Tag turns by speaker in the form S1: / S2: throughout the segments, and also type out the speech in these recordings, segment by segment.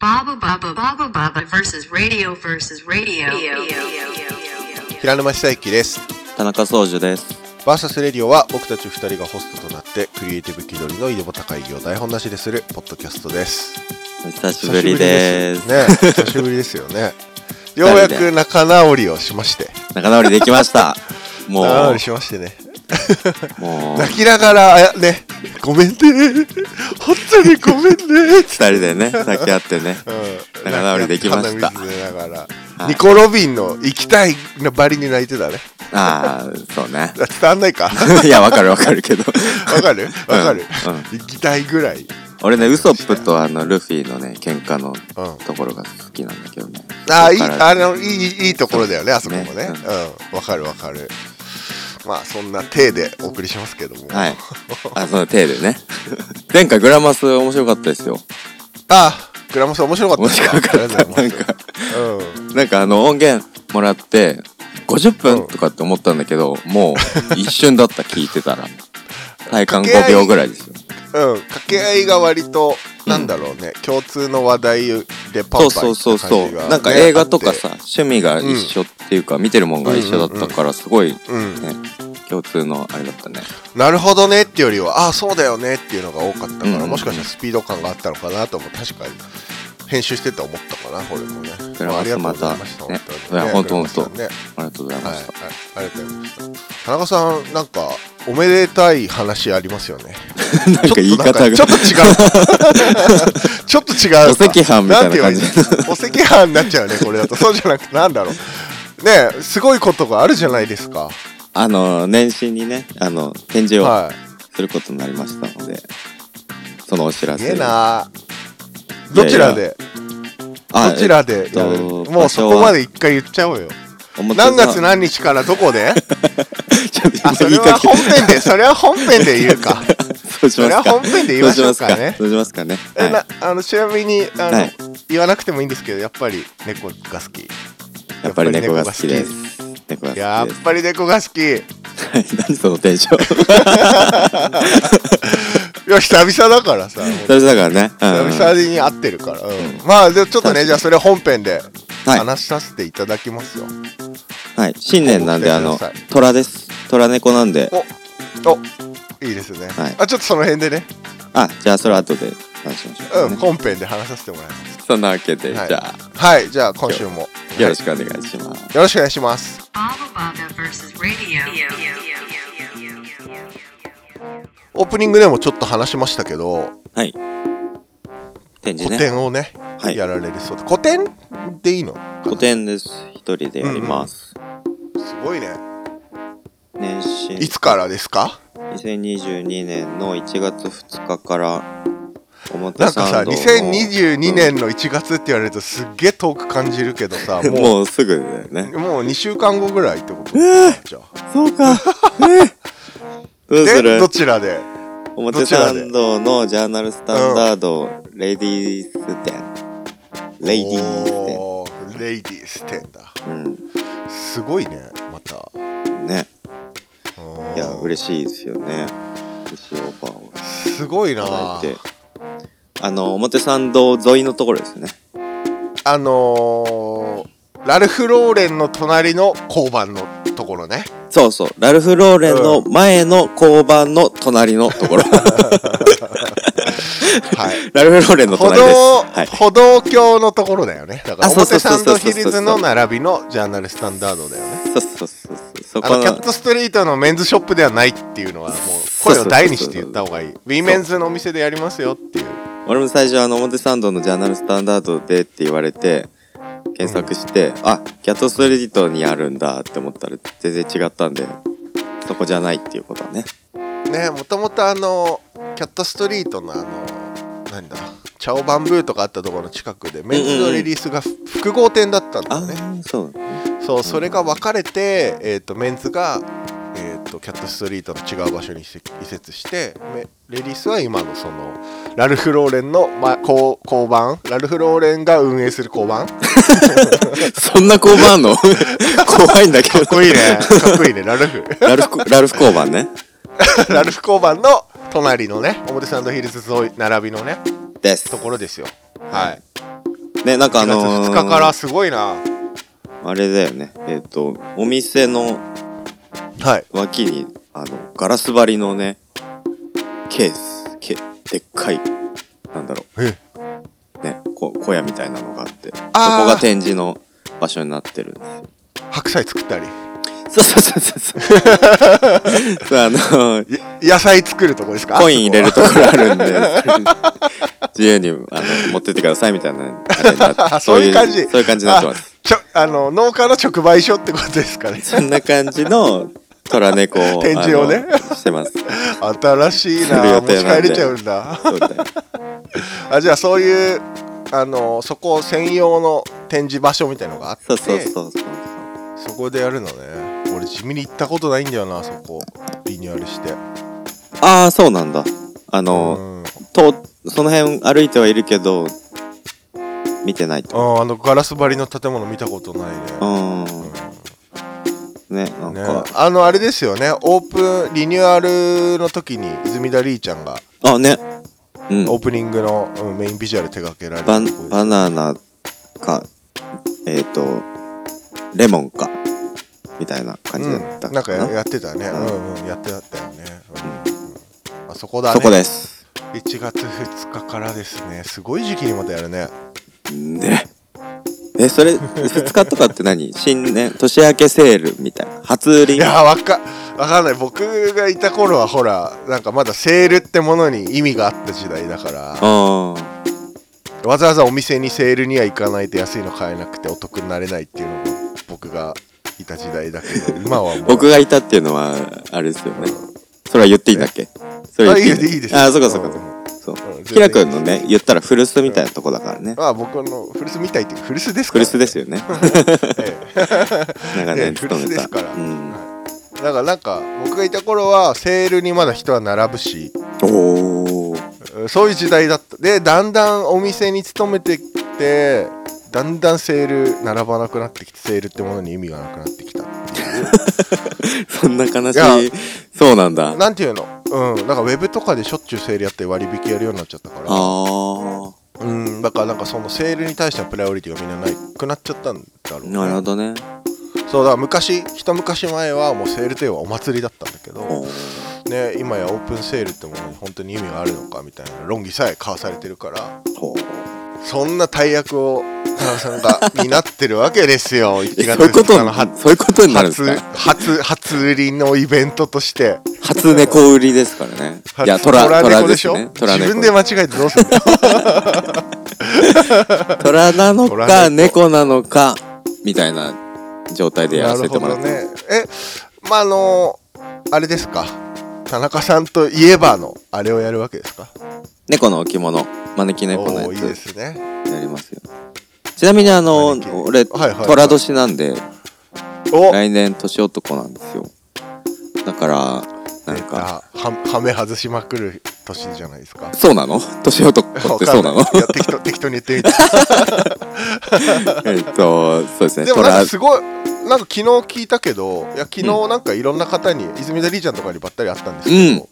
S1: Baba Baba Baba Baba versus radio versus radio.
S2: 平沼久之です
S3: 田中総樹です。
S2: バーサスレディオは僕たち2人がホストとなってクリエイティブ気取りの井戸端会議を台本なしでするポッドキャストです
S3: お久しぶりです。
S2: 久しぶりですね久しぶりですよ ねようやく仲直りをしまして
S3: 仲直りできま した。も
S2: 仲直り
S3: う、
S2: しましてね
S3: もう、
S2: 泣きながらあやねごめんね本当にごめんね
S3: 二人 でね、抱き合ってね。
S2: うん
S3: 仲直りできまし
S2: 鼻
S3: た
S2: 水出ながら、
S3: はい
S2: ニコ・ロビンの行きたいのバリに泣いてたね
S3: ああ、そうね。
S2: 伝わんないか
S3: いや、わかるわかる けど。
S2: わかるわかる、
S3: うんうん
S2: 行きたいぐらい
S3: 俺ね、ウソップとあの、ルフィのね、喧嘩
S2: う
S3: の
S2: ん
S3: ところが好きなんだけどね。
S2: ああいい
S3: そこから
S2: あのいいいいところだよねあそこもね
S3: ね
S2: うんわ、かるわかるまあそんな体でお送りしますけども、
S3: はい
S2: あ。
S3: あ、その手でね。 前回グラマス面白かったですよ。
S2: あグラマス面白かった
S3: 面白か
S2: あ
S3: っ
S2: りが
S3: た。
S2: とうござ
S3: ないん
S2: ます
S3: か、
S2: うん
S3: なんかあの音源もらって、50分とかって思ったんだけど、もう一瞬だった、聞いて たら。体感
S2: 掛け合
S3: 5
S2: い
S3: 秒ぐらいですよ。
S2: うん、掛け合いが割と、なんだろうね共通の話題でパンパン
S3: そ
S2: いうった
S3: そう
S2: 感じ
S3: そうそう。
S2: がね
S3: なんか映画とか
S2: あ
S3: さ、趣味が一緒っていうか、見てるもんが一緒だったから、すごい、ね
S2: って、うん、
S3: 共通のあれだったね。
S2: なるほどねってよりはああそうだよねっていうのが多かったから、
S3: うん
S2: もしかしたらスピード感があったのかなとも確かに編集してて思ったかな俺もね
S3: グラマ
S2: あ
S3: スまた、
S2: りがとうございました
S3: ね。
S2: 本当に
S3: いや、
S2: ね
S3: ほんとほん
S2: グラマ
S3: と
S2: ス。さんね
S3: ありがとうございま
S2: はい、はい
S3: した。
S2: ありがとうございました田中さんなんかおめでたい話ありますよね
S3: なんか言い方が、
S2: ちょっとなんかちょっと違う ちょっと違う
S3: お赤飯みたいな感じ
S2: んて言えばいいのお赤飯になっちゃうねこれだとそうじゃなくてなんだろうねえすごいことがあるじゃないですか
S3: あの、年始にね、あの、展示を
S2: はい
S3: することになりましたので、そのお知ら
S2: すげえ
S3: せ。
S2: な
S3: い
S2: ど
S3: や
S2: ちらで
S3: あ
S2: どちらでやる
S3: えっと
S2: もうそこまで一回言っちゃおうよ
S3: 表
S2: 何月
S3: な、
S2: 何日からどこで
S3: ちょっと
S2: あ
S3: 今
S2: そ
S3: 言
S2: れ
S3: い
S2: は
S3: かけ
S2: 本編でそれは本編で言うか
S3: そうし
S2: それ
S3: ま
S2: は
S3: すか。
S2: 本編で言いましょうかね
S3: そうします かね。
S2: え
S3: はい
S2: なあのちなみにあの、
S3: はい
S2: 言わなくてもいいんですけどやっぱり猫が好き
S3: やっぱり猫が好きです。猫が好きです。
S2: やっぱり猫が好きい
S3: はい 何そのテンション。
S2: や久々だからさ
S3: それだからね。うんうん
S2: 久々に会ってるから、うんまあでちょっとねじゃあそれ本編で
S3: は
S2: 話しさせていただきますよ、
S3: い。はい。新年なんで、あ
S2: ご
S3: の
S2: 期待くださ、
S3: 虎です。虎猫なんで。
S2: おいいですね、
S3: はい
S2: あちょっとその辺でね、
S3: あ、じゃあそれ後で話しましょ
S2: う、
S3: うんね。
S2: 本編で話させてもらいます
S3: そんなわけで、じ
S2: はい
S3: ゃ
S2: はいじゃあ今週も
S3: あ、よろしくお願いします。
S2: よろしくお願いします
S1: Baba Baba versus radio.
S2: オープニングでもちょっと話しましたけど
S3: はい。展
S2: 古
S3: 示ね。
S2: 典をね、
S3: はい
S2: やられるそうで古典でいいの
S3: 古典です。一人でやります。
S2: すごいね
S3: 年始。
S2: いつからです か
S3: 2022年の1月2日から表
S2: なんかさ
S3: 参道の
S2: 2022年の1月って言われるとすっげえ遠く感じるけどさ
S3: うん
S2: も
S3: もうすぐだよ
S2: う
S3: ね
S2: もう2週間後ぐらいってことじゃあ
S3: そう かどうす
S2: で
S3: る
S2: どちらで
S3: 表参道のジャーナルスタンダードレディース店レイディース店
S2: おーレイディース店だ
S3: う
S2: すごいねまた
S3: んねいや
S2: れ
S3: 嬉しいですよね石オーバーをい
S2: すごい
S3: た
S2: な
S3: だい
S2: あ
S3: てあの表参道沿いのところですね
S2: のー、ラルフ・ローレンの隣の交番のところ ね
S3: そうそうラルフ・ローレンの前の交番の隣のと ころ
S2: はい
S3: ラルフ・ローレンの
S2: 歩
S3: 隣で
S2: 道、
S3: すはい
S2: 歩道橋のところだよねだから
S3: あそうそ
S2: 表
S3: うそう
S2: 参
S3: そうそう
S2: 道ヒルズの並びのジャーナルスタンダードだよね
S3: そうそうそうそうそ
S2: あ
S3: こ
S2: のキャ
S3: の
S2: ットストリートのメンズショップではないっていうのはもう声を大にして言った方がいいウィメンズのお店でやりますよっていう
S3: 俺も最初あの表参道のジャーナルスタンダードでって言われて検索して、あキャットストリートにあるんだって思ったら全然違ったんでそこじゃないっていうことはね
S2: ねもともとあのキャットストリートのあのなんだチャオバンブーとかあったところの近くでメンズのリリースが複合店だったんだ
S3: あ
S2: よね、
S3: あそう
S2: そうそれが分かれて、えー、とメンズが、えー、とキャットストリートの違う場所に移籍移設してメレディースは今のそのラルフ・ローレンの、ま、交交番ラルフ・ローレンが運営する交番か
S3: そんな交番あ んの怖いんだけど
S2: っこいいねかっこいいねラルフ
S3: ラルフラルフ交番ね
S2: ラルフ交番の隣のね表参道ヒルズ沿い並びのね
S3: です
S2: ところですよはい
S3: ね、なんかあ
S2: 2
S3: の
S2: 月
S3: ー
S2: 2日からすごいな
S3: あれだよね。えっ、と、お店の
S2: はい
S3: 脇に、あの、ガラス張りのね、ケース、けでっかい、なんだろ
S2: え
S3: う、ね、こ小屋みたいなのがあって、そこ
S2: あー
S3: が展示の場所になってるんですよ。
S2: 白菜作ったり
S3: そうそうそうそうそう。そう、あの、
S2: 野菜作るとこですか
S3: コイン入れるところあるんで、自由にあの持ってってくださいみたいなあれになっ て。
S2: そういう感じ
S3: そういう感じになってます。
S2: あちょあの農家の直売所ってことですか ね
S3: そんな感じの虎猫を。
S2: 展示をね
S3: あのしてます。
S2: 新しい
S3: する
S2: な
S3: 予
S2: 持
S3: 定
S2: ち
S3: なんで
S2: 帰れちゃうんだ
S3: そうだよ
S2: あじゃあそういうあのそこ専用の展示場所みたいのがあって
S3: そうそうそうそう。
S2: そこでやるのね俺地味に行ったことないんだよなそこリニューアルして
S3: ああ、そうなんだ。あ
S2: う
S3: の、
S2: ん
S3: と、その辺歩いてはいるけど、見てないと。
S2: ああのガラス張りの建物見たことないね
S3: うん。ね、なん
S2: ね
S3: か。
S2: あのあれですよねオープンリニューアルの時に泉田リーちゃんが
S3: あ、ね。うん。
S2: オープニングの、うんメインビジュアル手掛けられ
S3: バ
S2: た
S3: ン
S2: とこです
S3: バナナか、えっ、と、レモンか、みたいな感じだった
S2: うん、なんか
S3: かな。
S2: ややってたね、う
S3: うんん
S2: うん、やってたよね、うんうんあそこだね
S3: そこです。
S2: 1月2日からですねすごい時期にまたやるね
S3: ね。え、そ れ、2日とかって何新年、年明けセールみたいな。初売
S2: い
S3: り。
S2: やわかわかんない僕がいた頃はほらなんかまだセールってものに意味があった時代だから
S3: うん。
S2: わざわざお店にセールには行かないと安いの買えなくてお得になれないっていうのが僕がいた時代だけど今はもう
S3: 僕がいたっていうのは、あれですよね。それは言っていいんだっけそれ
S2: あいい
S3: 言
S2: よ
S3: って
S2: いいですよ
S3: ああ、そうかそうかそう
S2: う
S3: か。そう
S2: うん。
S3: ひらくんのね、言ったら古巣みたいなとこだからね。
S2: まあ僕の古巣みたいっていうか古巣ですか
S3: 古
S2: ら
S3: 巣ですよ ね。
S2: ええ
S3: 長
S2: ええ古
S3: 年勤
S2: 巣
S3: め
S2: です
S3: た
S2: から。
S3: うん。
S2: はいだからなんか僕がいた頃はセールにまだ人は並ぶし
S3: おー。
S2: うんそういう時代だったでだんだんお店に勤めてきてだんだんセール並ばなくなってきてセールってものに意味がなくなってきた
S3: そんな悲し
S2: い
S3: い。そうなんだ。あ
S2: なんていうのうんなんかウェブとかでしょっちゅうセールやって割引やるようになっちゃったから
S3: あ。
S2: うんだからなんかそのセールに対してのプライオリティがみんなないくなっちゃったんだろうね
S3: なるほどね。
S2: そうだから昔一昔前はもうセールといえばお祭りだったんだけど
S3: おー
S2: ね、今やオープンセールってものに本当に意味があるのかみたいな論議さえ交わされてるから
S3: ほう
S2: そんな大役を田中さんが担ってるわけですよ1
S3: え
S2: 月
S3: そういうこ
S2: 2日
S3: と
S2: の初
S3: そういうことになるんです
S2: 初初
S3: か
S2: 初売りのイベントとして
S3: 初猫売りですからね。いや、
S2: 初
S3: 虎、
S2: 猫
S3: 虎
S2: で
S3: で
S2: し
S3: す
S2: ょ、
S3: ね。虎
S2: 自分で
S3: 猫。
S2: 間違えてどうするんだよ
S3: 虎なの
S2: 虎
S3: か、
S2: 猫
S3: 猫なのか、みたいな状態でや
S2: な
S3: らせ
S2: る
S3: て
S2: ほ
S3: もら
S2: ど
S3: って。
S2: ねえまああのあれですか田中さんといえばのあれをやるわけですか
S3: 猫の置物、招き猫の
S2: おーい
S3: や
S2: いですね
S3: つやりますよ。ちなみにあの
S2: 招き、
S3: 俺、
S2: はいはいはい
S3: 虎年なんで、
S2: お
S3: 来年年男なんですよ。だから、なん
S2: 出た
S3: か、
S2: ははめ外しまくる年じゃないです か
S3: そうなの年男
S2: わ
S3: って
S2: か
S3: そうんないの
S2: や適当適当に言って みた
S3: えっと、そうですね。
S2: でもなん
S3: 虎
S2: かすごいなんか昨日聞いたけどいや昨日なんかいろんな方に、泉田りーちゃんとかにばったり会ったんですけど、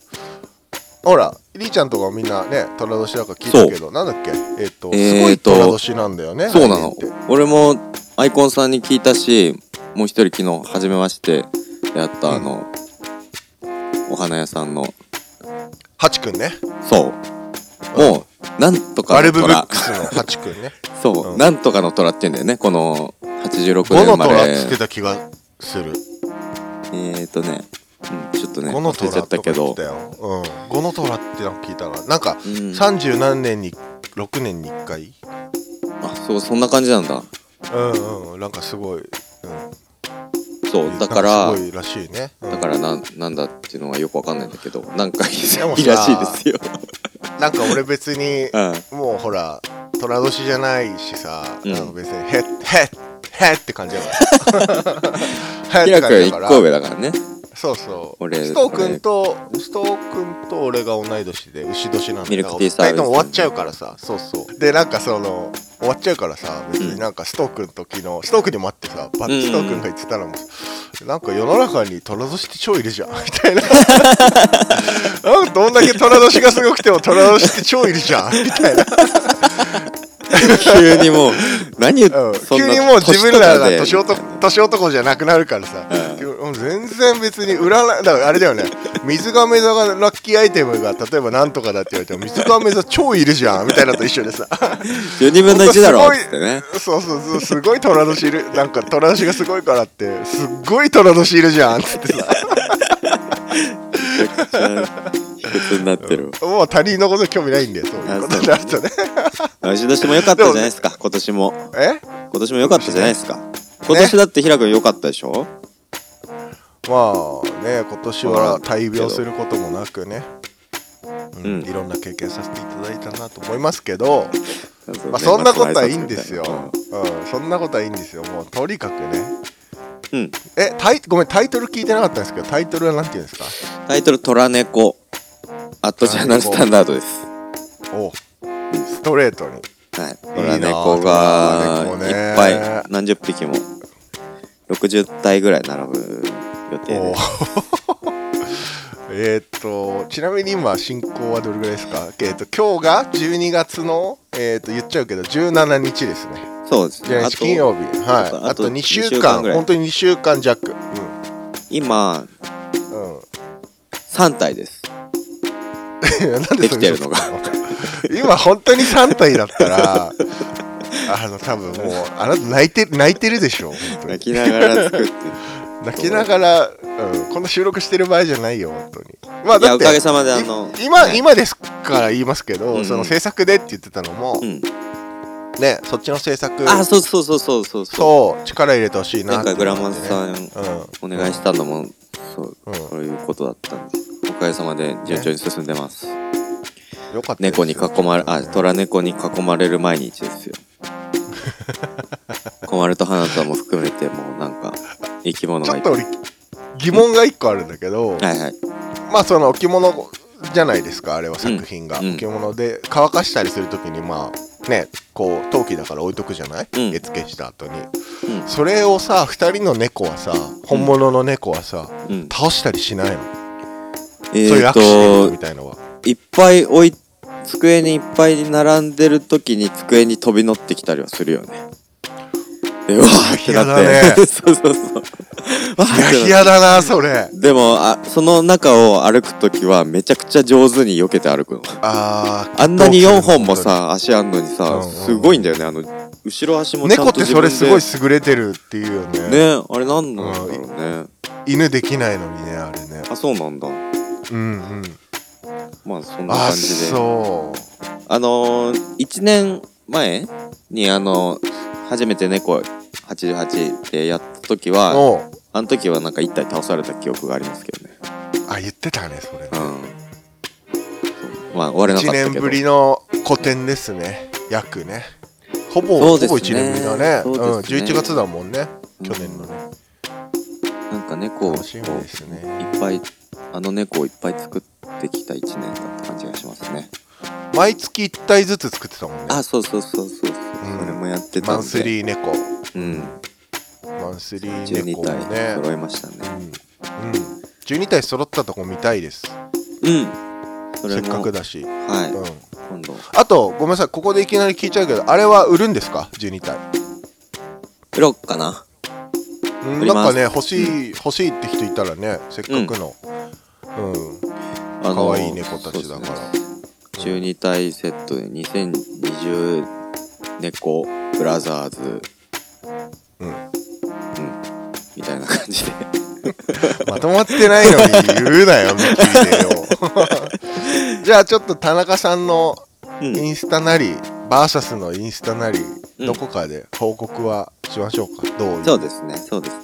S2: ほらりーちゃんとかみんなね虎年だから聞いたけどなんだっけえっ、と、すご
S3: え
S2: い
S3: ーと
S2: 虎年なんだよね
S3: そうなの
S2: 来年って
S3: 俺もアイコンさんに聞いたしもう一人昨日初めましてやったあの、お花屋さんの
S2: ハチくんね
S3: そうもうなんとか
S2: バ
S3: の
S2: ルブブッ
S3: 虎
S2: クスのハチく んね
S3: そう、
S2: うん
S3: なんとかの虎って言うんだよねこの86
S2: 5
S3: 年生
S2: の
S3: ま
S2: 虎っ
S3: れ
S2: つってた気がする
S3: えっ、ー、とね、うん、ちょっとね
S2: 5の
S3: 忘れ
S2: 虎
S3: ちゃ
S2: と
S3: った
S2: か
S3: け
S2: 言ってた
S3: ど
S2: よ、うん、5の虎ってなんか聞いたななんか
S3: うん、
S2: 三十何年に6年に1回
S3: あそうそんな感じなんだ
S2: うんうんなんかすごい、う
S3: そうだから
S2: なんすごいらしいね、うん
S3: だからなんなんだっていうのはよくわかんないんだけどなんかい
S2: でもさ
S3: いらしいですよ、
S2: なんか俺別に
S3: うん、
S2: もうほら寅年じゃないしさ、
S3: うん
S2: なんか別にへっへっへっって感じだ からへ
S3: ひ
S2: って
S3: らく
S2: 感
S3: ん
S2: じ
S3: 一
S2: だから
S3: 個上だからね
S2: そうそう
S3: 俺
S2: ストー君とストー君と俺が同い年で牛年なんだけど
S3: ミルクティーサービス
S2: 二人とも終わっちゃうからさそうそうでなんかその終わっちゃうからさ別になんかストー君と昨日ストー君にも会ってさバッ
S3: うん
S2: ストー君が言ってたらもうなんか世の中に虎年って超いるじゃ んみたいな なんかどんだけ虎年がすごくても虎年って超いるじゃんみたいな
S3: 急にもう、何言
S2: うん
S3: っそんな
S2: 急にもう自分らが年
S3: とか
S2: 男
S3: で
S2: 年男じゃなくなるからさ、うん全然別に占いだからあれだ よね水亀座がラッキーアイテムが例えばなんとかだって言われても水亀座超いるじゃんみたいなのと一緒でさ
S3: 12分の1だろっつってね。
S2: そうそうそうすごい虎年いるなんか虎年がすごいからってすっごい虎年いるじゃんっつって さ
S3: じゃあ卑屈になってる。
S2: もう他人のこと興味ないんでそういうことになるとね
S3: 石田氏も良かったじゃないですか、今年も。
S2: え
S3: 今年も良かったじゃないですか。今年だって平君良かったでしょ
S2: まあね今年は大病することもなくね、う
S3: うん
S2: ん、いろんな経験させていただいたなと思いますけど、まあ、
S3: ね
S2: そんなことはいいんですよ、
S3: うん
S2: うん、そんなことはいいんですよもうとにかくね
S3: うん。
S2: えタイごめんタイトル聞いてなかったんですけどタイトルはなんて言うんです
S3: タイトル、虎猫。アットジャーナルスタンダードです。
S2: かおうストレートに
S3: は
S2: い
S3: い。
S2: いな
S3: 虎猫が
S2: 虎猫ね
S3: いっぱい、何十匹も、60体ぐらい並ぶ予定
S2: おう
S3: で
S2: えーっとちなみに今進行はどれぐらいですか、えーっと今日が12月の、えーっと言っちゃうけど17日ですね
S3: そうですね。
S2: 17
S3: あ
S2: 日金
S3: と、
S2: 曜日はい
S3: あと
S2: あと2
S3: 2
S2: 週
S3: 週
S2: 間
S3: 間ぐらい
S2: 本当に2週間弱うん
S3: 今、
S2: うん
S3: 3体です。
S2: なん
S3: できてるのが
S2: それ嘘つくの今本当に3体だった らあの多分もうあなた泣いて泣いてるでしょ本当に
S3: 泣きながら作って。
S2: 泣きながら、うん、こんな収録してる場合じゃないよ本当にま あ
S3: いや、
S2: だっ
S3: お
S2: て
S3: かげさまで、あの、
S2: い今
S3: ね
S2: 今ですから言いますけど、
S3: うんうん
S2: その制作でって言ってたのも、
S3: うん。
S2: ねそっちの制作
S3: あ、そうそうそうそうそうそう。
S2: そう力入れてほしいな
S3: 前
S2: って
S3: 回グラ
S2: 思
S3: マ
S2: っ
S3: ン
S2: てね
S3: さんお願いしたのも、そう、
S2: うん
S3: そういうことだったんです。おかげさまで順調に進んでます。
S2: うん、よかったです
S3: 猫に囲まれ、あ、虎猫に囲まれる毎日ですよ。小丸と花とも含めて、もうなんか、生き物
S2: ち
S3: が
S2: ょ
S3: い
S2: っ
S3: っぱ
S2: と俺疑問が一個あるんだけど、
S3: い。はいはい。
S2: まあその置物じゃないですかあれは作品が、
S3: うん
S2: 置物で乾かしたりする時にまあねこう陶器だから置いとくじゃない、
S3: うん
S2: 絵付けした後に、
S3: ん
S2: それをさ2人の猫はさ本物の猫はさ、
S3: うん。
S2: 倒したりしないの、
S3: え
S2: そういう
S3: ー
S2: ア
S3: っ
S2: クシデン
S3: と
S2: トみ、たいのはい
S3: っぱい置い机にいっぱい並んでる時に机に飛び乗ってきたりはするよねでうわーってな
S2: 嫌
S3: って、
S2: だね
S3: そうそうそうわー
S2: いや嫌
S3: ってなっ
S2: だなそれ
S3: てでもあその中を歩く時はめちゃくちゃ上手に避けて歩くの
S2: あー
S3: あんなに
S2: どうする
S3: 4本もさ足あんのにさ、
S2: うんうん
S3: すごいんだよねあの後ろ足もちゃん
S2: 猫っ
S3: と
S2: て
S3: 自
S2: そ
S3: 分で
S2: れすごい優れてるっていうよね
S3: ねあれなんなんだろうね、
S2: 犬できないのにねあれね
S3: あそうなんだ
S2: うんうん
S3: まあそんな
S2: あ
S3: 感じで
S2: そう
S3: あのー、1年前にあのー、初めて猫88でやった時は
S2: おう
S3: あの時はなんか1体倒された記憶がありますけどね
S2: あ言ってたねそれ
S3: うんそうまあ終われなか
S2: 1
S3: ったけど
S2: 年ぶりの個展ですね約ねほぼ、
S3: そ
S2: ほ
S3: うです
S2: ぼ
S3: ね
S2: 1年ぶりだね
S3: そう
S2: うん、
S3: ですね
S2: 11月だもんね去年のね、
S3: なんか猫を
S2: 楽しみです
S3: い
S2: ね
S3: っぱいあの猫をいっぱい作ってきた1年だった感じがしますね
S2: 毎月1体ずつ作ってたもんね
S3: あそうそうそうそうそう、
S2: ん
S3: それもやってたんで
S2: マンスリー猫
S3: うん
S2: マンスリー
S3: 12
S2: 猫も
S3: 体
S2: ね
S3: 揃いましたね
S2: うん、うん、12体揃ったとこ見たいです
S3: うんそれ
S2: せっ
S3: も
S2: かくだし、うん、
S3: はい、今度
S2: あとごめんなさいここでいきなり聞いちゃうけどあれは売るんですか12体
S3: 売ろっかな
S2: うん
S3: 売
S2: な
S3: り
S2: ん
S3: ます
S2: かね欲しい、欲しいって人いたらねせっかくのうん、
S3: あ
S2: 可
S3: の
S2: 愛い猫たちだから、
S3: 12体セットで2020猫ブラザーズ
S2: うん
S3: みたいな感じ で
S2: まとまってないのに言うなよ、見 てよ。じゃあちょっと田中さんの
S3: うん
S2: インスタなり、バーサスのインスタなり、
S3: うん
S2: どこかで報告はしましょうか。どういう。
S3: そうですねそうです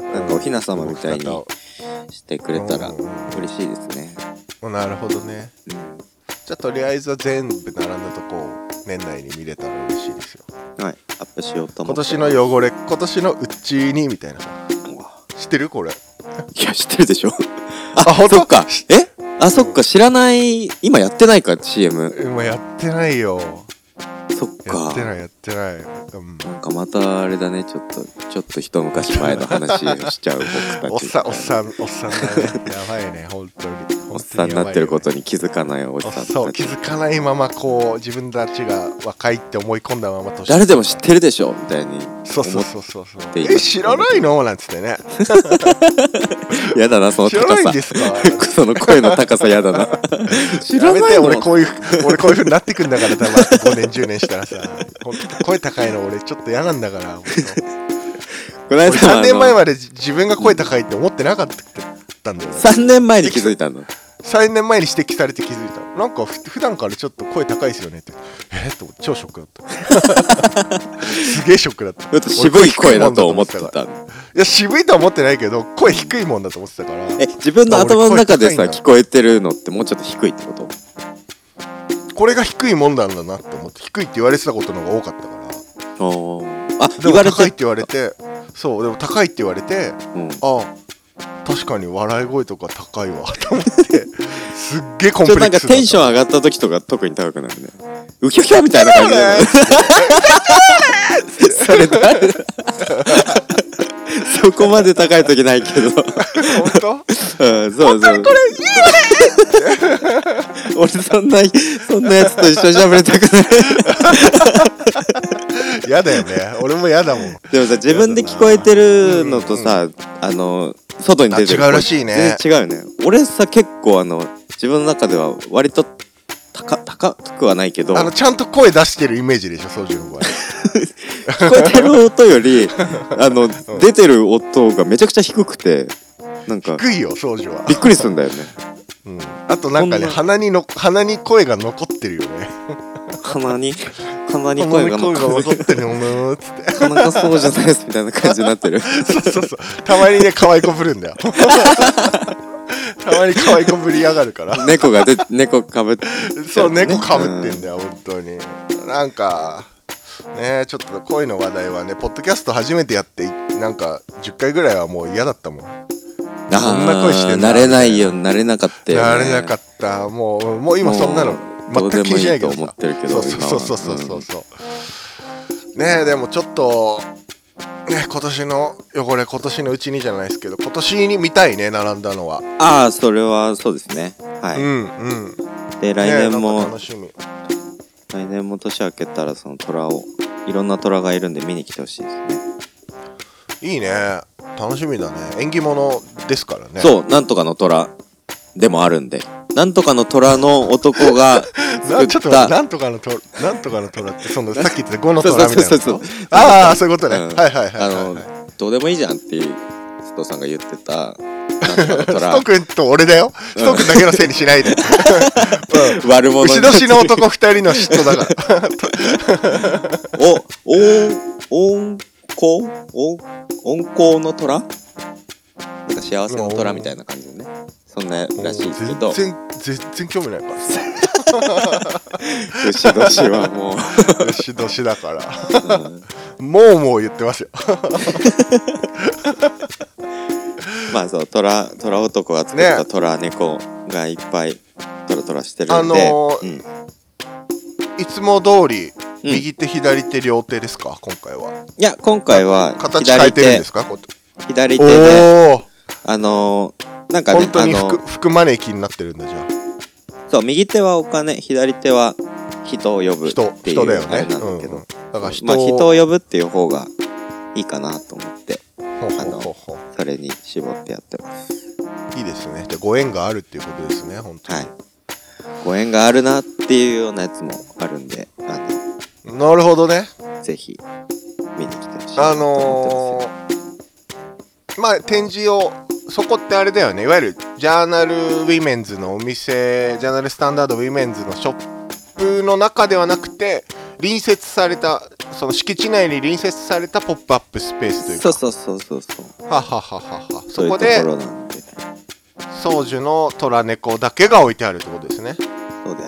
S3: ねなんかおひな様みたいにしてくれたら
S2: うん
S3: 嬉しいですね
S2: おなるほどね。
S3: うん
S2: じゃあとりあえずは全部並んだとこを年内に見れたら嬉しいですよ。
S3: はいアップしようと思
S2: 今
S3: って
S2: 年の汚れ、今年のうちにみたいなさ。
S3: うわ
S2: 知ってるこれ。
S3: いや知ってるでしょ
S2: あ本当
S3: そっかえあそっか知らない今やってないか CM
S2: もうやってないよ。
S3: そっ
S2: や
S3: か
S2: ってないやってない。うん
S3: なんかまたあれだねちょっとちょっと 一昔前の話をしちゃう僕たち
S2: おっさん、おっさん、おっさんだね。やばいね、本当に。
S3: おっさんになってることに気づかないおじ
S2: おっ
S3: さん
S2: そう
S3: た
S2: 気
S3: ち
S2: づかないままこう自分たちが若いって思い込んだまま年
S3: 誰でも知ってるでしょみたいに
S2: そうそ
S3: 思
S2: う
S3: っ
S2: そうそうそう
S3: ています
S2: え知らないのなんつってね
S3: やだなその
S2: 知らな
S3: 高
S2: いん
S3: さ
S2: ですか
S3: その声の高さや だな知ら
S2: や
S3: ない
S2: めて俺
S3: の
S2: こう いう俺こういう風になってくんだから多分5年10年したらさほんと声高いの俺ちょっと嫌なんだから本
S3: こ
S2: 当
S3: の間
S2: 俺3年前
S3: は
S2: までじ自分が声高いって思ってなかったんだよね
S3: 3年前に気づいたの
S2: 3年前に指摘されて気づいたなんかふ普段からちょっと声高いですよねってえっと超ショックだった すげえショックだった
S3: ちょっと渋い声だと思って
S2: 俺声低いもんだと思ってた
S3: た
S2: いや渋いとは思ってないけど声低いもんだと思ってたから
S3: え自分の頭の中でさ
S2: 俺声
S3: 聞こえてるのってもうちょっと低いってこと
S2: これが低いもんなんだなって思って低いって言われてたことの方が多かったから
S3: あ
S2: で
S3: 言
S2: も
S3: われ
S2: 高いってて言われてそうでも高いって言われて
S3: うん
S2: あ確かに笑い声とか高いわと思ってすっげえコン
S3: ちょっ
S2: プレ
S3: となん
S2: ック
S3: か
S2: スだ
S3: テ
S2: っ
S3: ンション上がった時とか特に高くなるね。ウキョキョみたいな
S2: た
S3: 感
S2: よ
S3: じだよ
S2: ね
S3: ね。それ誰そこまで高い時ないけど。
S2: 本
S3: うん、そうそう。これいいね俺そんな、そんなやつと一緒に喋りたくない。
S2: 当嫌だよね俺も嫌だもん
S3: でもさ、自分で聞こえてるのとさ、あの、外に出てる
S2: あ違うらしいね
S3: 全然違うよね。俺さ、結構あの、自分の中では割と高、高くはないけど。
S2: あのちゃんと声出してるイメージでしょソジュン の場合
S3: 聞こえてる音 よりあの、出てる音がめちゃくちゃ低くてなんか
S2: 低いよソジュン は
S3: びっくりするんだよね
S2: うんあとなんかね
S3: こんな
S2: 鼻にの鼻に声が残ってるよね
S3: 鼻に鼻に声が
S2: 鼻に
S3: 残
S2: 残
S3: る
S2: ってるよねーっつって
S3: なかなかそうじゃないですみたいな感じになってる
S2: そうそうそう。たまにね、可愛い子ぶるん だよ。たまに可愛い子ぶりやがる から。
S3: 猫がで猫かぶって
S2: そう、猫かぶってんだよ、本当に。なんか、ねちょっと恋の話題はね、ポッドキャスト初めてやって、なんか10回ぐらいはもう嫌だったもん。
S3: あ
S2: そんな声してんだ
S3: 慣れないよ慣れなかったよ、ね、
S2: やれなかった。もう、もう今そんなの
S3: も
S2: 全く
S3: うどうで
S2: 気
S3: も
S2: にしない
S3: い
S2: いけ
S3: と
S2: ど
S3: 思
S2: さ
S3: ってるけ
S2: そ
S3: ど
S2: うそうそうそうそ
S3: 今は
S2: うそう。ねえでもちょっとね今年の汚れ今年のうちにじゃないですけど今年に見たいね並んだのは、
S3: うんああそれはそうですねはい、
S2: うんうん
S3: で来年
S2: ねえなんか
S3: も、
S2: 楽しみ
S3: 来年も年明けたらその虎をいろんな虎がいるんで見に来てほしいですね
S2: いいね楽しみだね縁起物ですからね
S3: そう、なんとかの虎でもあるんで。なんとかの虎の男が作
S2: な
S3: っ
S2: ちょっと
S3: た。
S2: なんとかのとなんとかの虎ってそのさっき言ってた5の
S3: そう
S2: 虎
S3: そう
S2: みたいな
S3: そ
S2: こ
S3: うそ
S2: と
S3: う。
S2: ああそういうことね、
S3: うん
S2: はいはいはい
S3: あ
S2: はい
S3: の
S2: はい、
S3: どうでもいいじゃんっていう、須藤さんが言ってた、なんとか
S2: ス
S3: の
S2: ト君と俺だよ、スト君だけのせいにしないで、
S3: 虎、悪者
S2: 牛年の男2人の嫉妬だから
S3: お、お、温厚お温厚の虎なんか幸せの虎みたいな感じでね。そんならしいですけど、
S2: 全然全然興味ない から
S3: 牛年はもう、
S2: 年年だから
S3: うん
S2: もうもう言ってますよ
S3: まあそう、虎、虎男が作った虎猫がいっぱいトラトラしてるんで、
S2: あの
S3: うん
S2: いつも通り
S3: うんい
S2: 右手左手両手ですか今回は
S3: や、今回は
S2: 形変え
S3: 左
S2: てるん
S3: 手
S2: で、すかこう
S3: 左手で、
S2: おお
S3: あのーなんかね
S2: 本、当
S3: あ
S2: に
S3: の
S2: 服服マネキンになってるんだじゃあ
S3: そう、右手はお金、左手は人を呼ぶ
S2: 人
S3: ってい
S2: 人だよ
S3: うあ
S2: ね
S3: れなんだけ
S2: う
S3: ど、
S2: んうんだから人
S3: まあ人を呼ぶっていう方がいいかなと思って、
S2: ほうほうほうほ
S3: それに絞ってやってます。
S2: ういいですねじゃあご縁があるっていうことですね本当に
S3: はい。ご縁があるなっていうようなやつもあるんで、あ
S2: なるほどね
S3: の、ぜひ見に来てほしいな
S2: あ
S3: と思っ
S2: のー、まあ展示をそこってあれだよねいわゆるジャーナルウィメンズのお店ジャーナルスタンダードウィメンズのショップの中ではなくて隣接されたその敷地内に隣接されたポップアップスペースと
S3: て
S2: い
S3: ます
S2: う
S3: そう
S2: か
S3: そうそうそうそう。
S2: ははははは
S3: そう
S2: そ
S3: いう
S2: ことで
S3: ころなんで。
S2: 宗樹の虎猫だけが置いてあるってことですね
S3: そうで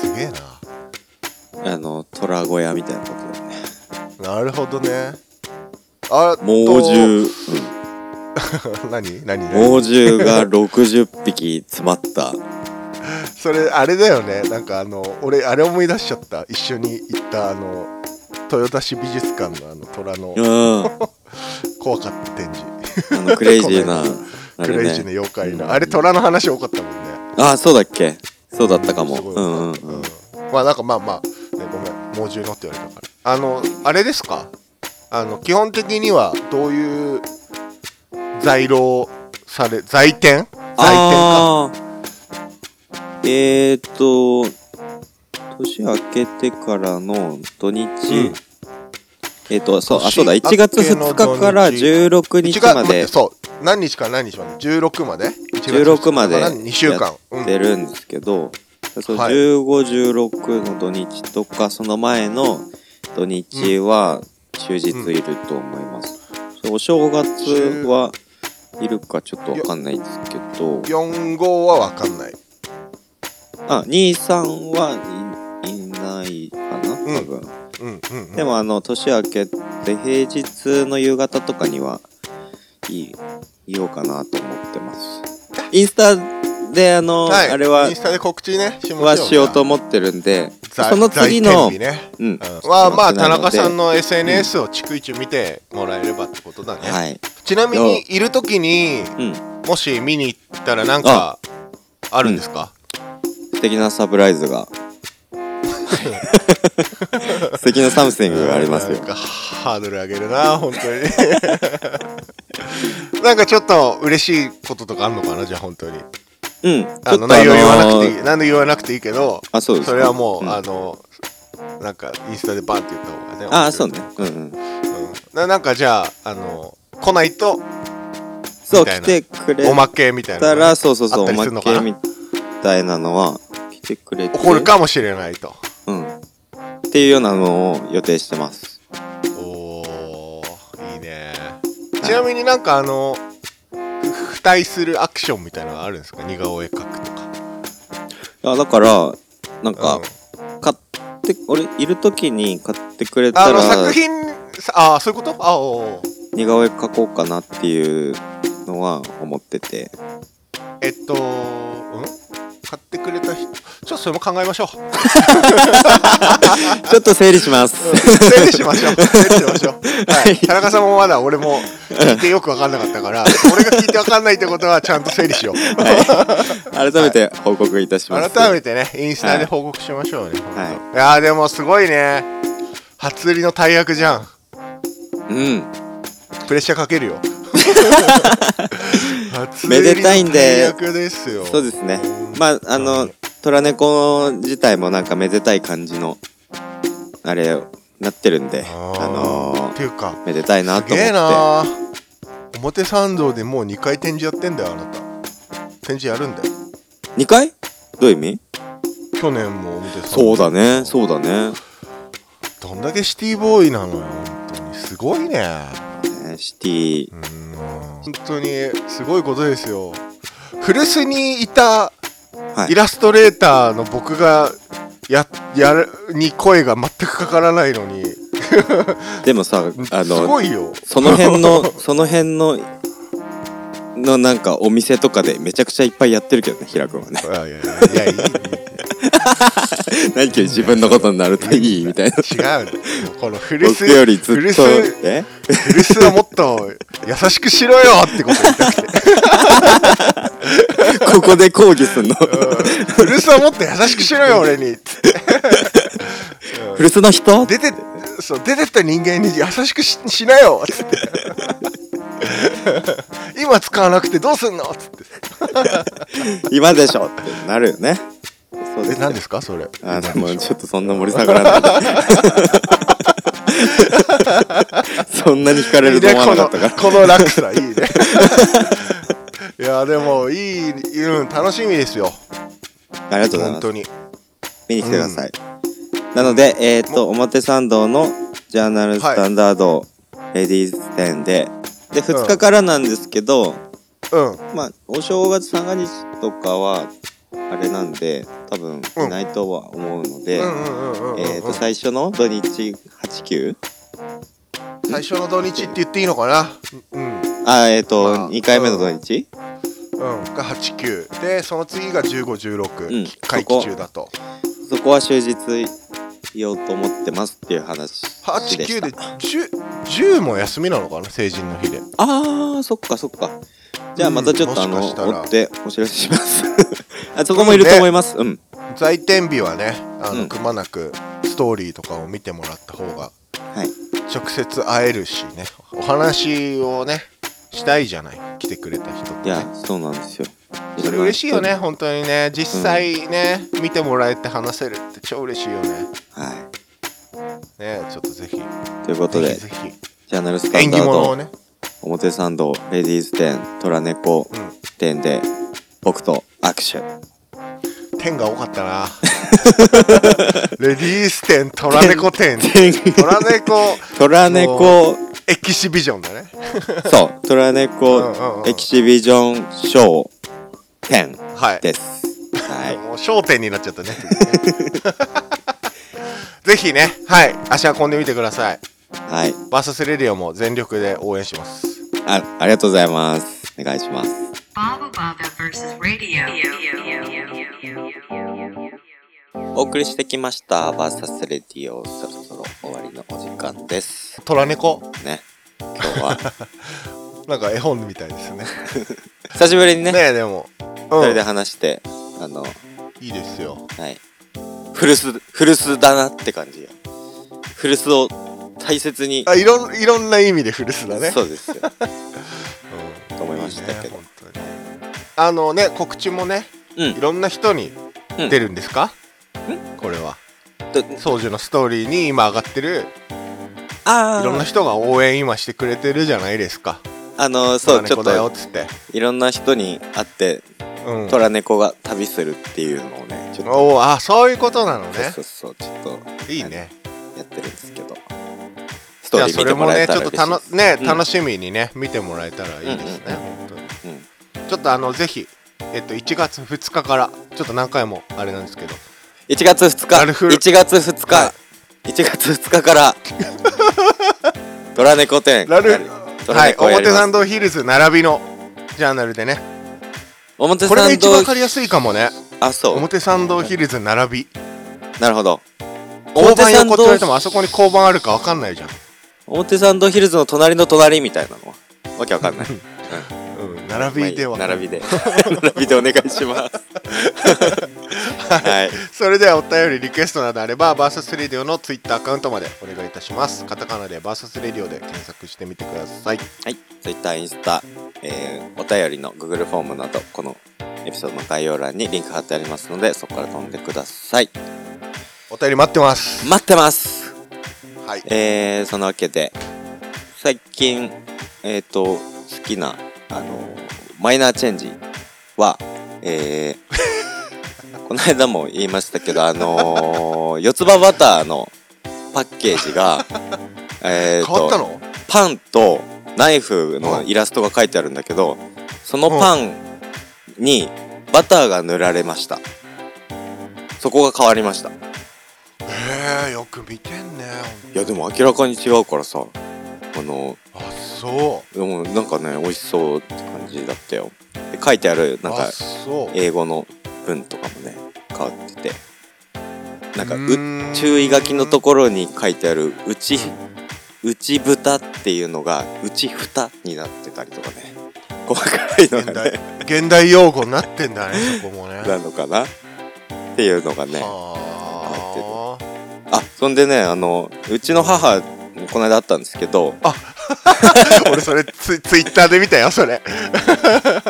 S3: す。
S2: すげえ
S3: あの、虎小屋みたいなことだよね。
S2: ななるほどねあと
S3: 猛獣、
S2: 何何何
S3: 猛獣が60匹詰まった。
S2: それあれだよねなんかあの俺あれ思い出しちゃった一緒に行ったあの豊田市美術館のあの虎の
S3: うん。あ
S2: 怖かった展示
S3: の、クレイジーな、あ
S2: ク
S3: れね
S2: レイジーな妖怪なあれ虎の話多かったもんね
S3: ああそうだっけそうだったかも
S2: すごい
S3: う
S2: う
S3: んうん、
S2: んまあなんかまあまあ、ね、ごめん猛獣のって言われたからあのあれですかあの基本的にはどういう在労され在店在店か
S3: ああーえー、っと年明けてからの土
S2: う
S3: 日、
S2: ん
S3: えー、っとそうあ
S2: 年
S3: そうだ1月2日から
S2: 明け
S3: 16
S2: 1
S3: 日
S2: 月
S3: ま
S2: 待っ
S3: で
S2: てそう何日から何日まで16まで
S3: 16まで
S2: 2週間う
S3: やっ
S2: ん
S3: てるんですけど、そう
S2: はい
S3: 1516の土日とかその前の土日は終日いると思います、そうお正月はいるかちょっとわかんないんですけど
S2: 4号は分かんない
S3: あ23はいいないかな多分、
S2: うんうん、うん、
S3: でもあの年明けて平日の夕方とかにはいいようかなと思ってますインスタであの、
S2: はい、
S3: あれは
S2: インスタで告知ねしましょう
S3: はしようと
S2: っ
S3: 思ってるんで、
S2: て
S3: その次の、
S2: ね
S3: うん、
S2: うんはまあ田中さん
S3: の、
S2: の SNS を逐一見てもらえればってことだね、
S3: はい、
S2: ちなみにいる時に
S3: うん、
S2: もし見に行ったらなんかあるんですか、
S3: 素敵なサプライズが、 素敵なサムシングがありますよ
S2: なん。かハードル上げるな本当に なんかちょっと嬉しいこととかあるのかなじゃあ本当に
S3: うん、ちょっと
S2: あの内容言わなくていいなんで言わなくていいけど
S3: あ、そうですか。
S2: それはもう、
S3: ん
S2: あのなんかインスタでバンって言った方がね
S3: あ、そうね、うん、うん、
S2: うんななんかじゃああの来ないと
S3: そう、
S2: みたい
S3: 来
S2: な
S3: てくれ
S2: おまけみたいな
S3: たら、そうそうそう、
S2: あった
S3: お
S2: り
S3: ます
S2: るのかな
S3: けみたいなのは来てくれて、
S2: 起こるかもしれないと
S3: うん、っていうようなのを予定してます。
S2: おーいいねちなみになんかあの付帯するアクションみたいなのがあるんですか似顔絵描くとか
S3: あ、だから、なんか
S2: うん、
S3: 買って、俺いる時に買ってくれ
S2: あ
S3: た
S2: の
S3: ら。
S2: 作品さああそういうことあおーおー
S3: 似顔絵描こうかなっていうのは思ってて
S2: えっとうん買ってくれた人ちょっとそれも考えましょう、うん
S3: ちょっと整理します
S2: 整理しましょう整理しましょう、は
S3: はい
S2: い、田中さんもまだ俺も聞いてよく分かんなかった から俺が聞いて分かんないってことはちゃんと整理しよう
S3: はい 改めて報告いたします、
S2: 改めてねインスタで報告しましょうね、
S3: はい
S2: い、やーでもすごいね初売りの大役じゃん
S3: うん
S2: プレッシャーか けるよ初売
S3: め
S2: りの
S3: でたいんで
S2: 大役ですよ
S3: そうですねまああ
S2: は
S3: の
S2: い
S3: 虎猫自体もなんかめでたい感じのあれなってるんであ
S2: あー
S3: の
S2: っていうか
S3: めでたいな
S2: す
S3: と
S2: げ
S3: 思
S2: え
S3: って
S2: な表参道でもう2回展示やってんだよあなた展示やるんだよ
S3: 2回どういう意味
S2: 去年も表参道
S3: そうだねそうだね
S2: どんだけシティボーイなのよ本当にすごいね
S3: ねシティ
S2: うん本当にすごいことですよ古巣にいた
S3: はい
S2: イラストレーターの僕がややるに声が全くかからないのに
S3: でもさあ
S2: す
S3: の
S2: ごいよ
S3: その辺のその辺ののなんかお店とかでめちゃくちゃいっぱいやってるけどね平君はね
S2: いやいやいやいやい
S3: 何か自分のことになるといいみたいな。
S2: や違 うこの古巣
S3: 僕よりずっ
S2: 古
S3: と
S2: 巣、
S3: え
S2: 古巣をもっと優しくしろよってこと言いたくて
S3: ここで抗議すんの。
S2: うん古巣をもっと優しくしろよ俺につって
S3: 古巣の人
S2: 出てそう出てった人間に優しくししなよつって 今使わなくてどうすんのつって
S3: 今でしょってなるよね。そうで
S2: え
S3: す。
S2: 何ですかそれ
S3: あでもちょっとそんな盛り下が らない。そんなに惹かれ
S2: いい
S3: ると
S2: ね
S3: 思わ
S2: こ
S3: なか
S2: の
S3: ったから。
S2: この落差いいね いやでもいい、うん、楽しみですよ
S3: ありがとうござい
S2: 本
S3: ます。
S2: 当に
S3: 見に来てください。なので、えーっと、表参道のジャーナルスタンダードレディース店で、で、2日からなんですけど、
S2: うん
S3: まあ、お正月三が日とかは、あれなんで、多分、
S2: うん
S3: いないとは思うので、
S2: うんうんうんうんうん
S3: えっ、と、最初の土日8、9?
S2: 最初の土日って言っていいのかなうん
S3: あ、えっ、
S2: まあ
S3: と、二回目の土日、
S2: うんが89でその次が
S3: うん
S2: 1516会期中だと
S3: そこは終日言おうと思ってますっていう話でし
S2: 89
S3: た。
S2: で10 10も休みなのかな成人の日で
S3: あー、そっかそっか。じゃあまたちょっとあ
S2: も
S3: の、
S2: しかしたら
S3: 追ってお知らせします。 あそこもいると思います。うん。
S2: 在店日はねあの、
S3: うん
S2: くまなくストーリーとかを見てもらった方が
S3: はい。
S2: 直接会えるしねお話をねしたいじゃない来てくれた人
S3: い
S2: とね
S3: や、そうなんですよ。
S2: それ嬉しいよね。本当にね実際ね、見てもらえて話せるって超嬉しいよね
S3: は
S2: ねちょっとぜひ
S3: い。ということ
S2: ぜ
S3: で
S2: ひ、ぜひ
S3: ジャーナルスタ
S2: 縁
S3: ンダ
S2: 起
S3: ー
S2: 物を
S3: ド、
S2: ね
S3: 表参道、レディース店、虎猫
S2: うん
S3: 店で、僕と握手。
S2: 点が多かった なレディース店虎猫店
S3: 点
S2: 虎猫
S3: 虎猫、
S2: エキシビジョンだね
S3: そう、虎
S2: うんうんう
S3: 猫
S2: ん
S3: エキシビジョンショー店
S2: はい
S3: です。はい。
S2: もう焦点になっちゃったね ぜひねはい足運んでみてください
S3: はい。
S2: バーサスレディオも全力で応援します
S3: あありがとうございます。お願いします。
S1: Baba Baba versus Radio.
S3: お送りしてきました。バーサスレディオ、そろそろ終わりのお時間です。
S2: 虎猫
S3: ね。今日 は、
S2: なんか絵本みたい ですね
S3: 久しぶりにね、
S2: ねえでも、
S3: そ
S2: うん
S3: れで、話して、あの、
S2: いいですよ
S3: はい。古巣、古巣だなって感じよ。古巣を大切に、
S2: あいろんいろんな意味で古巣だね
S3: そう ですよ。
S2: うん
S3: と思いましたけど
S2: いいね本当にあのね告知もね
S3: うん
S2: いろんな人に
S3: うん
S2: 出るんですか、これは
S3: と
S2: 宗樹のストーリーに今上がってる
S3: ああ、
S2: いろんな人が応援今してくれてるじゃないですか
S3: あの、そ
S2: 虎
S3: う、ちょ
S2: 猫
S3: っ
S2: だよ
S3: と、
S2: っつって
S3: いろんな人に会って、
S2: うん
S3: 虎猫が旅するっていうのをね、ちょっと、
S2: おおあそういうことなのね
S3: そうそうそう、ちょっと、
S2: いいね
S3: やってるんですけど。スト
S2: じゃあ
S3: ーリー
S2: そ
S3: 見
S2: れ
S3: ても
S2: も
S3: ら
S2: ねち
S3: えた
S2: ょっと
S3: ら嬉
S2: た
S3: しい
S2: の
S3: です。
S2: ね、
S3: うん
S2: 楽しみにね見てもらえたらいいですね、
S3: うん
S2: 本当にちょっとあのぜひえっと1月2日からちょっと何回もあれなんですけど
S3: 1月2日
S2: なるふる
S3: 1月2日、
S2: は
S3: 1月2日からドラ猫店
S2: ラル
S3: ドラ
S2: はい
S3: 猫をやり
S2: 表
S3: ます
S2: 参道ヒルズ並びのジャーナルでね
S3: 表
S2: これが
S3: 参
S2: 一
S3: 道
S2: 番わかりやすいかもね
S3: あそう
S2: 表参道ヒルズ並び
S3: なるほど
S2: 交
S3: 表
S2: 番
S3: 参
S2: 横って言われても
S3: 道
S2: あそこに交番あるかわかんないじゃん
S3: 表参道ヒルズの隣の隣みたいなのはわけわかんない
S2: うん並びでは、
S3: まあいい並びで 並びでお願い しますはい
S2: それではお便りリクエストなどあればバーサスレディオのツイッターアカウントまでお願いいたしますカタカナでバーサスレディオで検索してみてください
S3: はい、Twitter、インスタ、えーお便りの Google フォームなど、このエピソードの概要欄にリンク貼ってありますので、そこから飛んでください。
S2: お便り待ってます
S3: 待ってます
S2: はい
S3: えー、そのわけで、最近、えっ、と、好きな、あの、マイナーチェンジは、えー この間も言いましたけど、あのー四つ葉バターのパッケージ が、えー
S2: 変わったの
S3: パンとナイフのイラストが書いてあるんだけど、そのパンにバターが塗られました。そこが変わりました。い
S2: へえよく見てんね
S3: や、でも明らかに違うからさ、あの、
S2: あそ
S3: でもなんかね、美味しそうって感じだったよ。で書いてある、
S2: う
S3: なん
S2: あ
S3: か、
S2: そう
S3: 英語の文とかもね、変わってて。なんか、
S2: うーん
S3: う、注意書きのところに書いてある、うち、うち豚っていうのが、うち蓋になってたりとかね。細かいの
S2: 現
S3: が
S2: 代
S3: ね。
S2: 現代用語になってんだねそこもね
S3: なのかなっていうのがね
S2: はあ
S3: あそんでねあのうちの母にこの間会ったんですけどあ
S2: 俺それツツイッターで見たよそれ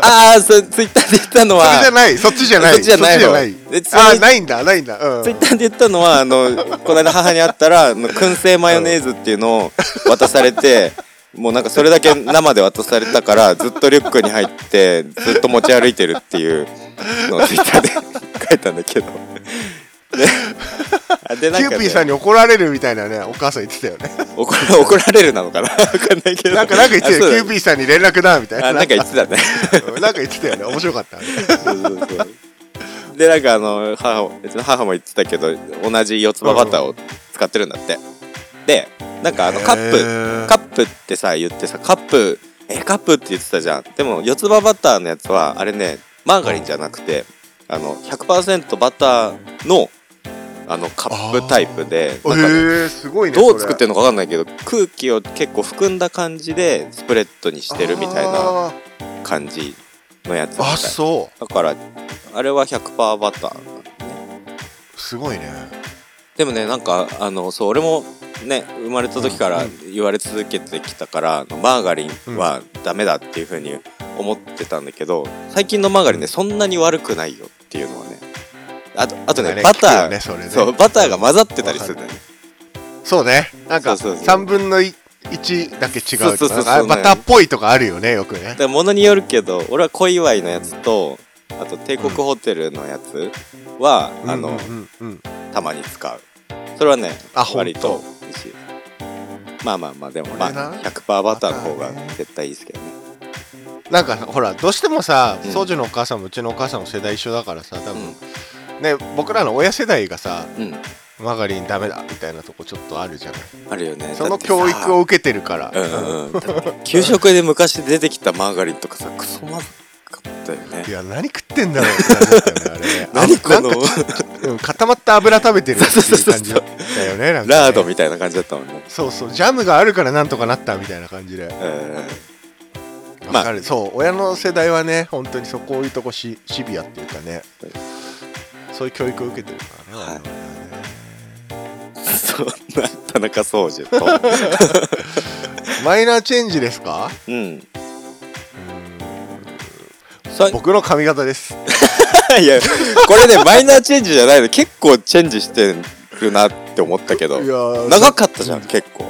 S3: あーそツイッターで言ったの
S2: それじゃ
S3: は
S2: ないそっちじゃない
S3: そっちじゃないの
S2: そっ
S3: で
S2: ち
S3: ち
S2: じゃなあ
S3: ないみに
S2: ないんだないんだうん
S3: ツイッターで言ったのは あのこの間母に会ったらあの燻製マヨネーズっていうのを渡されてもうなんかそれだけ生で渡されたからずっとリュックに入ってずっと持ち歩いてるっていうのをツイッターで 書いたんだけど。であで
S2: キューピーさんに
S3: に
S2: 怒られるみたいなねお母さん言ってたよね
S3: 怒ら怒られるなのかなわかんないけど
S2: なんかなんか言ってた
S3: あ
S2: よ
S3: そ
S2: キ
S3: うだ
S2: ューピーさんに連絡だみたいな
S3: あなんか言ってたね
S2: うん なんか言ってたよね面白かったね
S3: そうそうそう でなんかあの母もうちの母も言ってたけど同じ四つ葉バターを使ってるんだってでなん かあのカッ
S2: へ
S3: プ
S2: ー
S3: カップってさ言ってさカップえカップって言ってたじゃんでも四つ葉バターのやつはあれねマーガリンじゃなくてあの100%バターのあのカップタイプでなんかね
S2: へえすごいね
S3: どう作っ
S2: る
S3: てるのか分かんないけど空気を結構含んだ感じでスプレッドにしてるみたいな
S2: な
S3: 感じのやつみたい
S2: あそ
S3: だからあれは100%バター
S2: うすごいね
S3: でもねなんかあのそう俺もね生まれた時から言われ続けてきたから、あのマーガリンはダメだっていうふうに思ってたんだけど最近のマーガリンねそんなに悪くないよっていうのはねあとあとね
S2: あれ
S3: バタ
S2: 聞くよ
S3: ー、
S2: ねそれね
S3: そうバターが混ざってたりするんだよね
S2: そうねなんか
S3: そうそうそう
S2: 3分の1だけ違う
S3: そ
S2: と
S3: うそうそう
S2: か
S3: そう
S2: あバターっぽいとかあるよねよくね
S3: だから物によるけど俺は小祝いのやつとあと帝国ホテルのやつは、 あ
S2: う
S3: の
S2: んうんうんうん
S3: たまに使うそれはね
S2: あほんと
S3: 割と美味しいまあまあまあでもま
S2: これ
S3: あ
S2: な
S3: 100%バターの方が
S2: バターね
S3: 絶対いいですけどね
S2: なんかほらどうしてもさ
S3: うん
S2: 宗樹のお母さんもうちのお母さんも世代一緒だからさ多分、
S3: うん
S2: ね僕らの親世代がさ
S3: うん
S2: マガリンダメだみたいなとこちょっとあるじゃない
S3: あるよ ね
S2: その教育を受けてるから
S3: だってさうんうんうんだって給食で昔出てきたマーガリンとかさクソまずかったよね
S2: いや何食ってんだろうってなっちゃうよねあれ
S3: 何この
S2: なんかうん固まった油食べてるっていう感じだったよねなんかね
S3: ラードみたいな感じだったもんね
S2: そうそうジャムがあるからなんとかなったみたいな感じで
S3: うんまあ
S2: わかる、そう親の世代はね本当にそこういうとこシシビアっていうかねそういう教育を受けてるからね、我々
S3: はい
S2: はね
S3: そんな田中総司 と
S2: マイナーチェンジですか
S3: うん
S2: 僕の髪型です
S3: いやこれねマイナーチェンジじゃないの結構チェンジしてるなって思ったけど
S2: いやー
S3: 長かったじゃん結構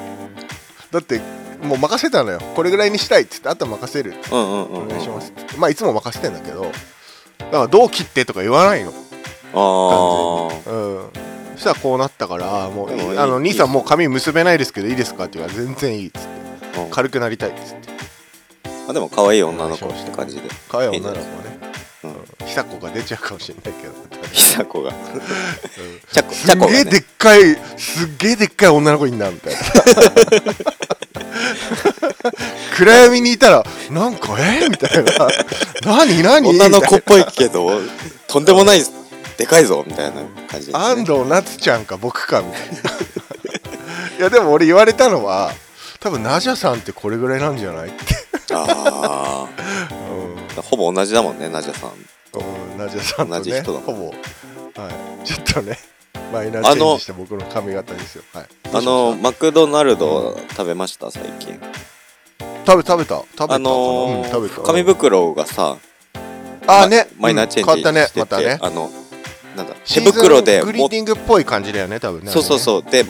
S2: だってもう任せたのよこれぐらいにしたいっつってあとは任せる
S3: うんうんうん、
S2: お
S3: うん、
S2: 願いしますっつってまあいつも任せてんだけどだからどう切ってとか言わないの
S3: ああ
S2: うんそしたらこうなったからあーもういい
S3: でもいい
S2: あの
S3: いい
S2: 兄さんもう髪結べないですけどいいですかって言うから全然いいっつって
S3: うん
S2: 軽くなりたいっつって
S3: あでも可愛い女の子って感じで
S2: 可愛い女の子ね
S3: うん
S2: 久子が出ちゃうかもしれないけど、
S3: 久子が
S2: うん
S3: ちゃこち
S2: す
S3: ゃこが、
S2: げえで
S3: ね
S2: っ、かいすっげえでっかい女の子いんなみたいな 暗闇にいたらなんかえみたいな何何
S3: 女の子っ
S2: みたい
S3: ぽいけどとんでもないでかいぞみたいな感じです、ね、
S2: な安藤夏ちゃんか僕かみたいな いやでも俺言われたのは多分ナジャさんってこれぐらいなんじゃないって、
S3: ああほぼ同じだもんねナジャさん
S2: うんうん、ナジャさんと、ね、
S3: 同じ人だも
S2: ほぼ、はい、ちょっとねマイナー
S3: あの
S2: チェンジして僕の髪型ですよ、はい、
S3: あのマクドナルド食べました最
S2: 食
S3: 近
S2: べ食べた食べたかな
S3: あの
S2: うん
S3: ー
S2: 食べた
S3: 紙袋がさ
S2: あ
S3: ま
S2: ね
S3: マイナーチェンジしてて、
S2: うん変わったねまたね
S3: あのなんだ手
S2: シーズン
S3: 袋で
S2: グリー
S3: も
S2: ティングっぽい感じだよね多分ね
S3: そうそう
S2: う
S3: そうで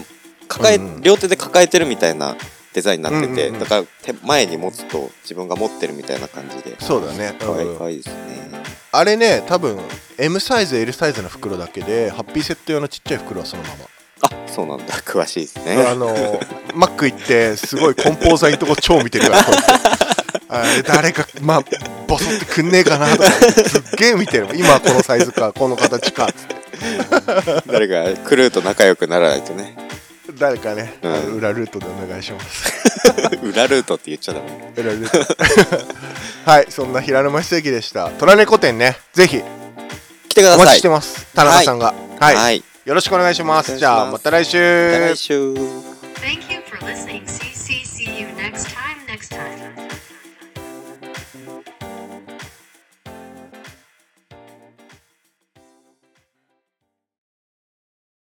S3: 抱え、
S2: うんうん
S3: 両手で抱えてるみたいなデザインになってて、
S2: うんうんうん
S3: だから手前に持つと自分が持ってるみたいな感じで
S2: そうだね、
S3: 可
S2: う
S3: 愛い
S2: ん
S3: 可愛いですね
S2: あれね多分 M サイズ L サイズの袋だけでハッピーセット用のちっちゃい袋はそのまま
S3: あそうなんだ 詳しいですね
S2: あのーマック行ってすごい梱包材のとこ超見てる からこうやってあれ誰かまあボソってくんねえかなとかすっげえ見てる今このサイズかこの形かっつって
S3: 誰かクルーと仲良くならないとね
S2: 誰かね、
S3: うん
S2: あの裏ルートでお願いします
S3: 裏ルートって言っちゃダメ
S2: 裏ルート はいそんな平沼史跡でした虎猫店ねぜひ
S3: 来てくだ
S2: お待
S3: さ
S2: ち
S3: い
S2: してます田中さんがはい、
S3: はい
S2: よろしくお願いします
S3: お願いします
S2: じゃあまた来週
S3: また来週
S1: Thank you for listening. CCCU next time, next time.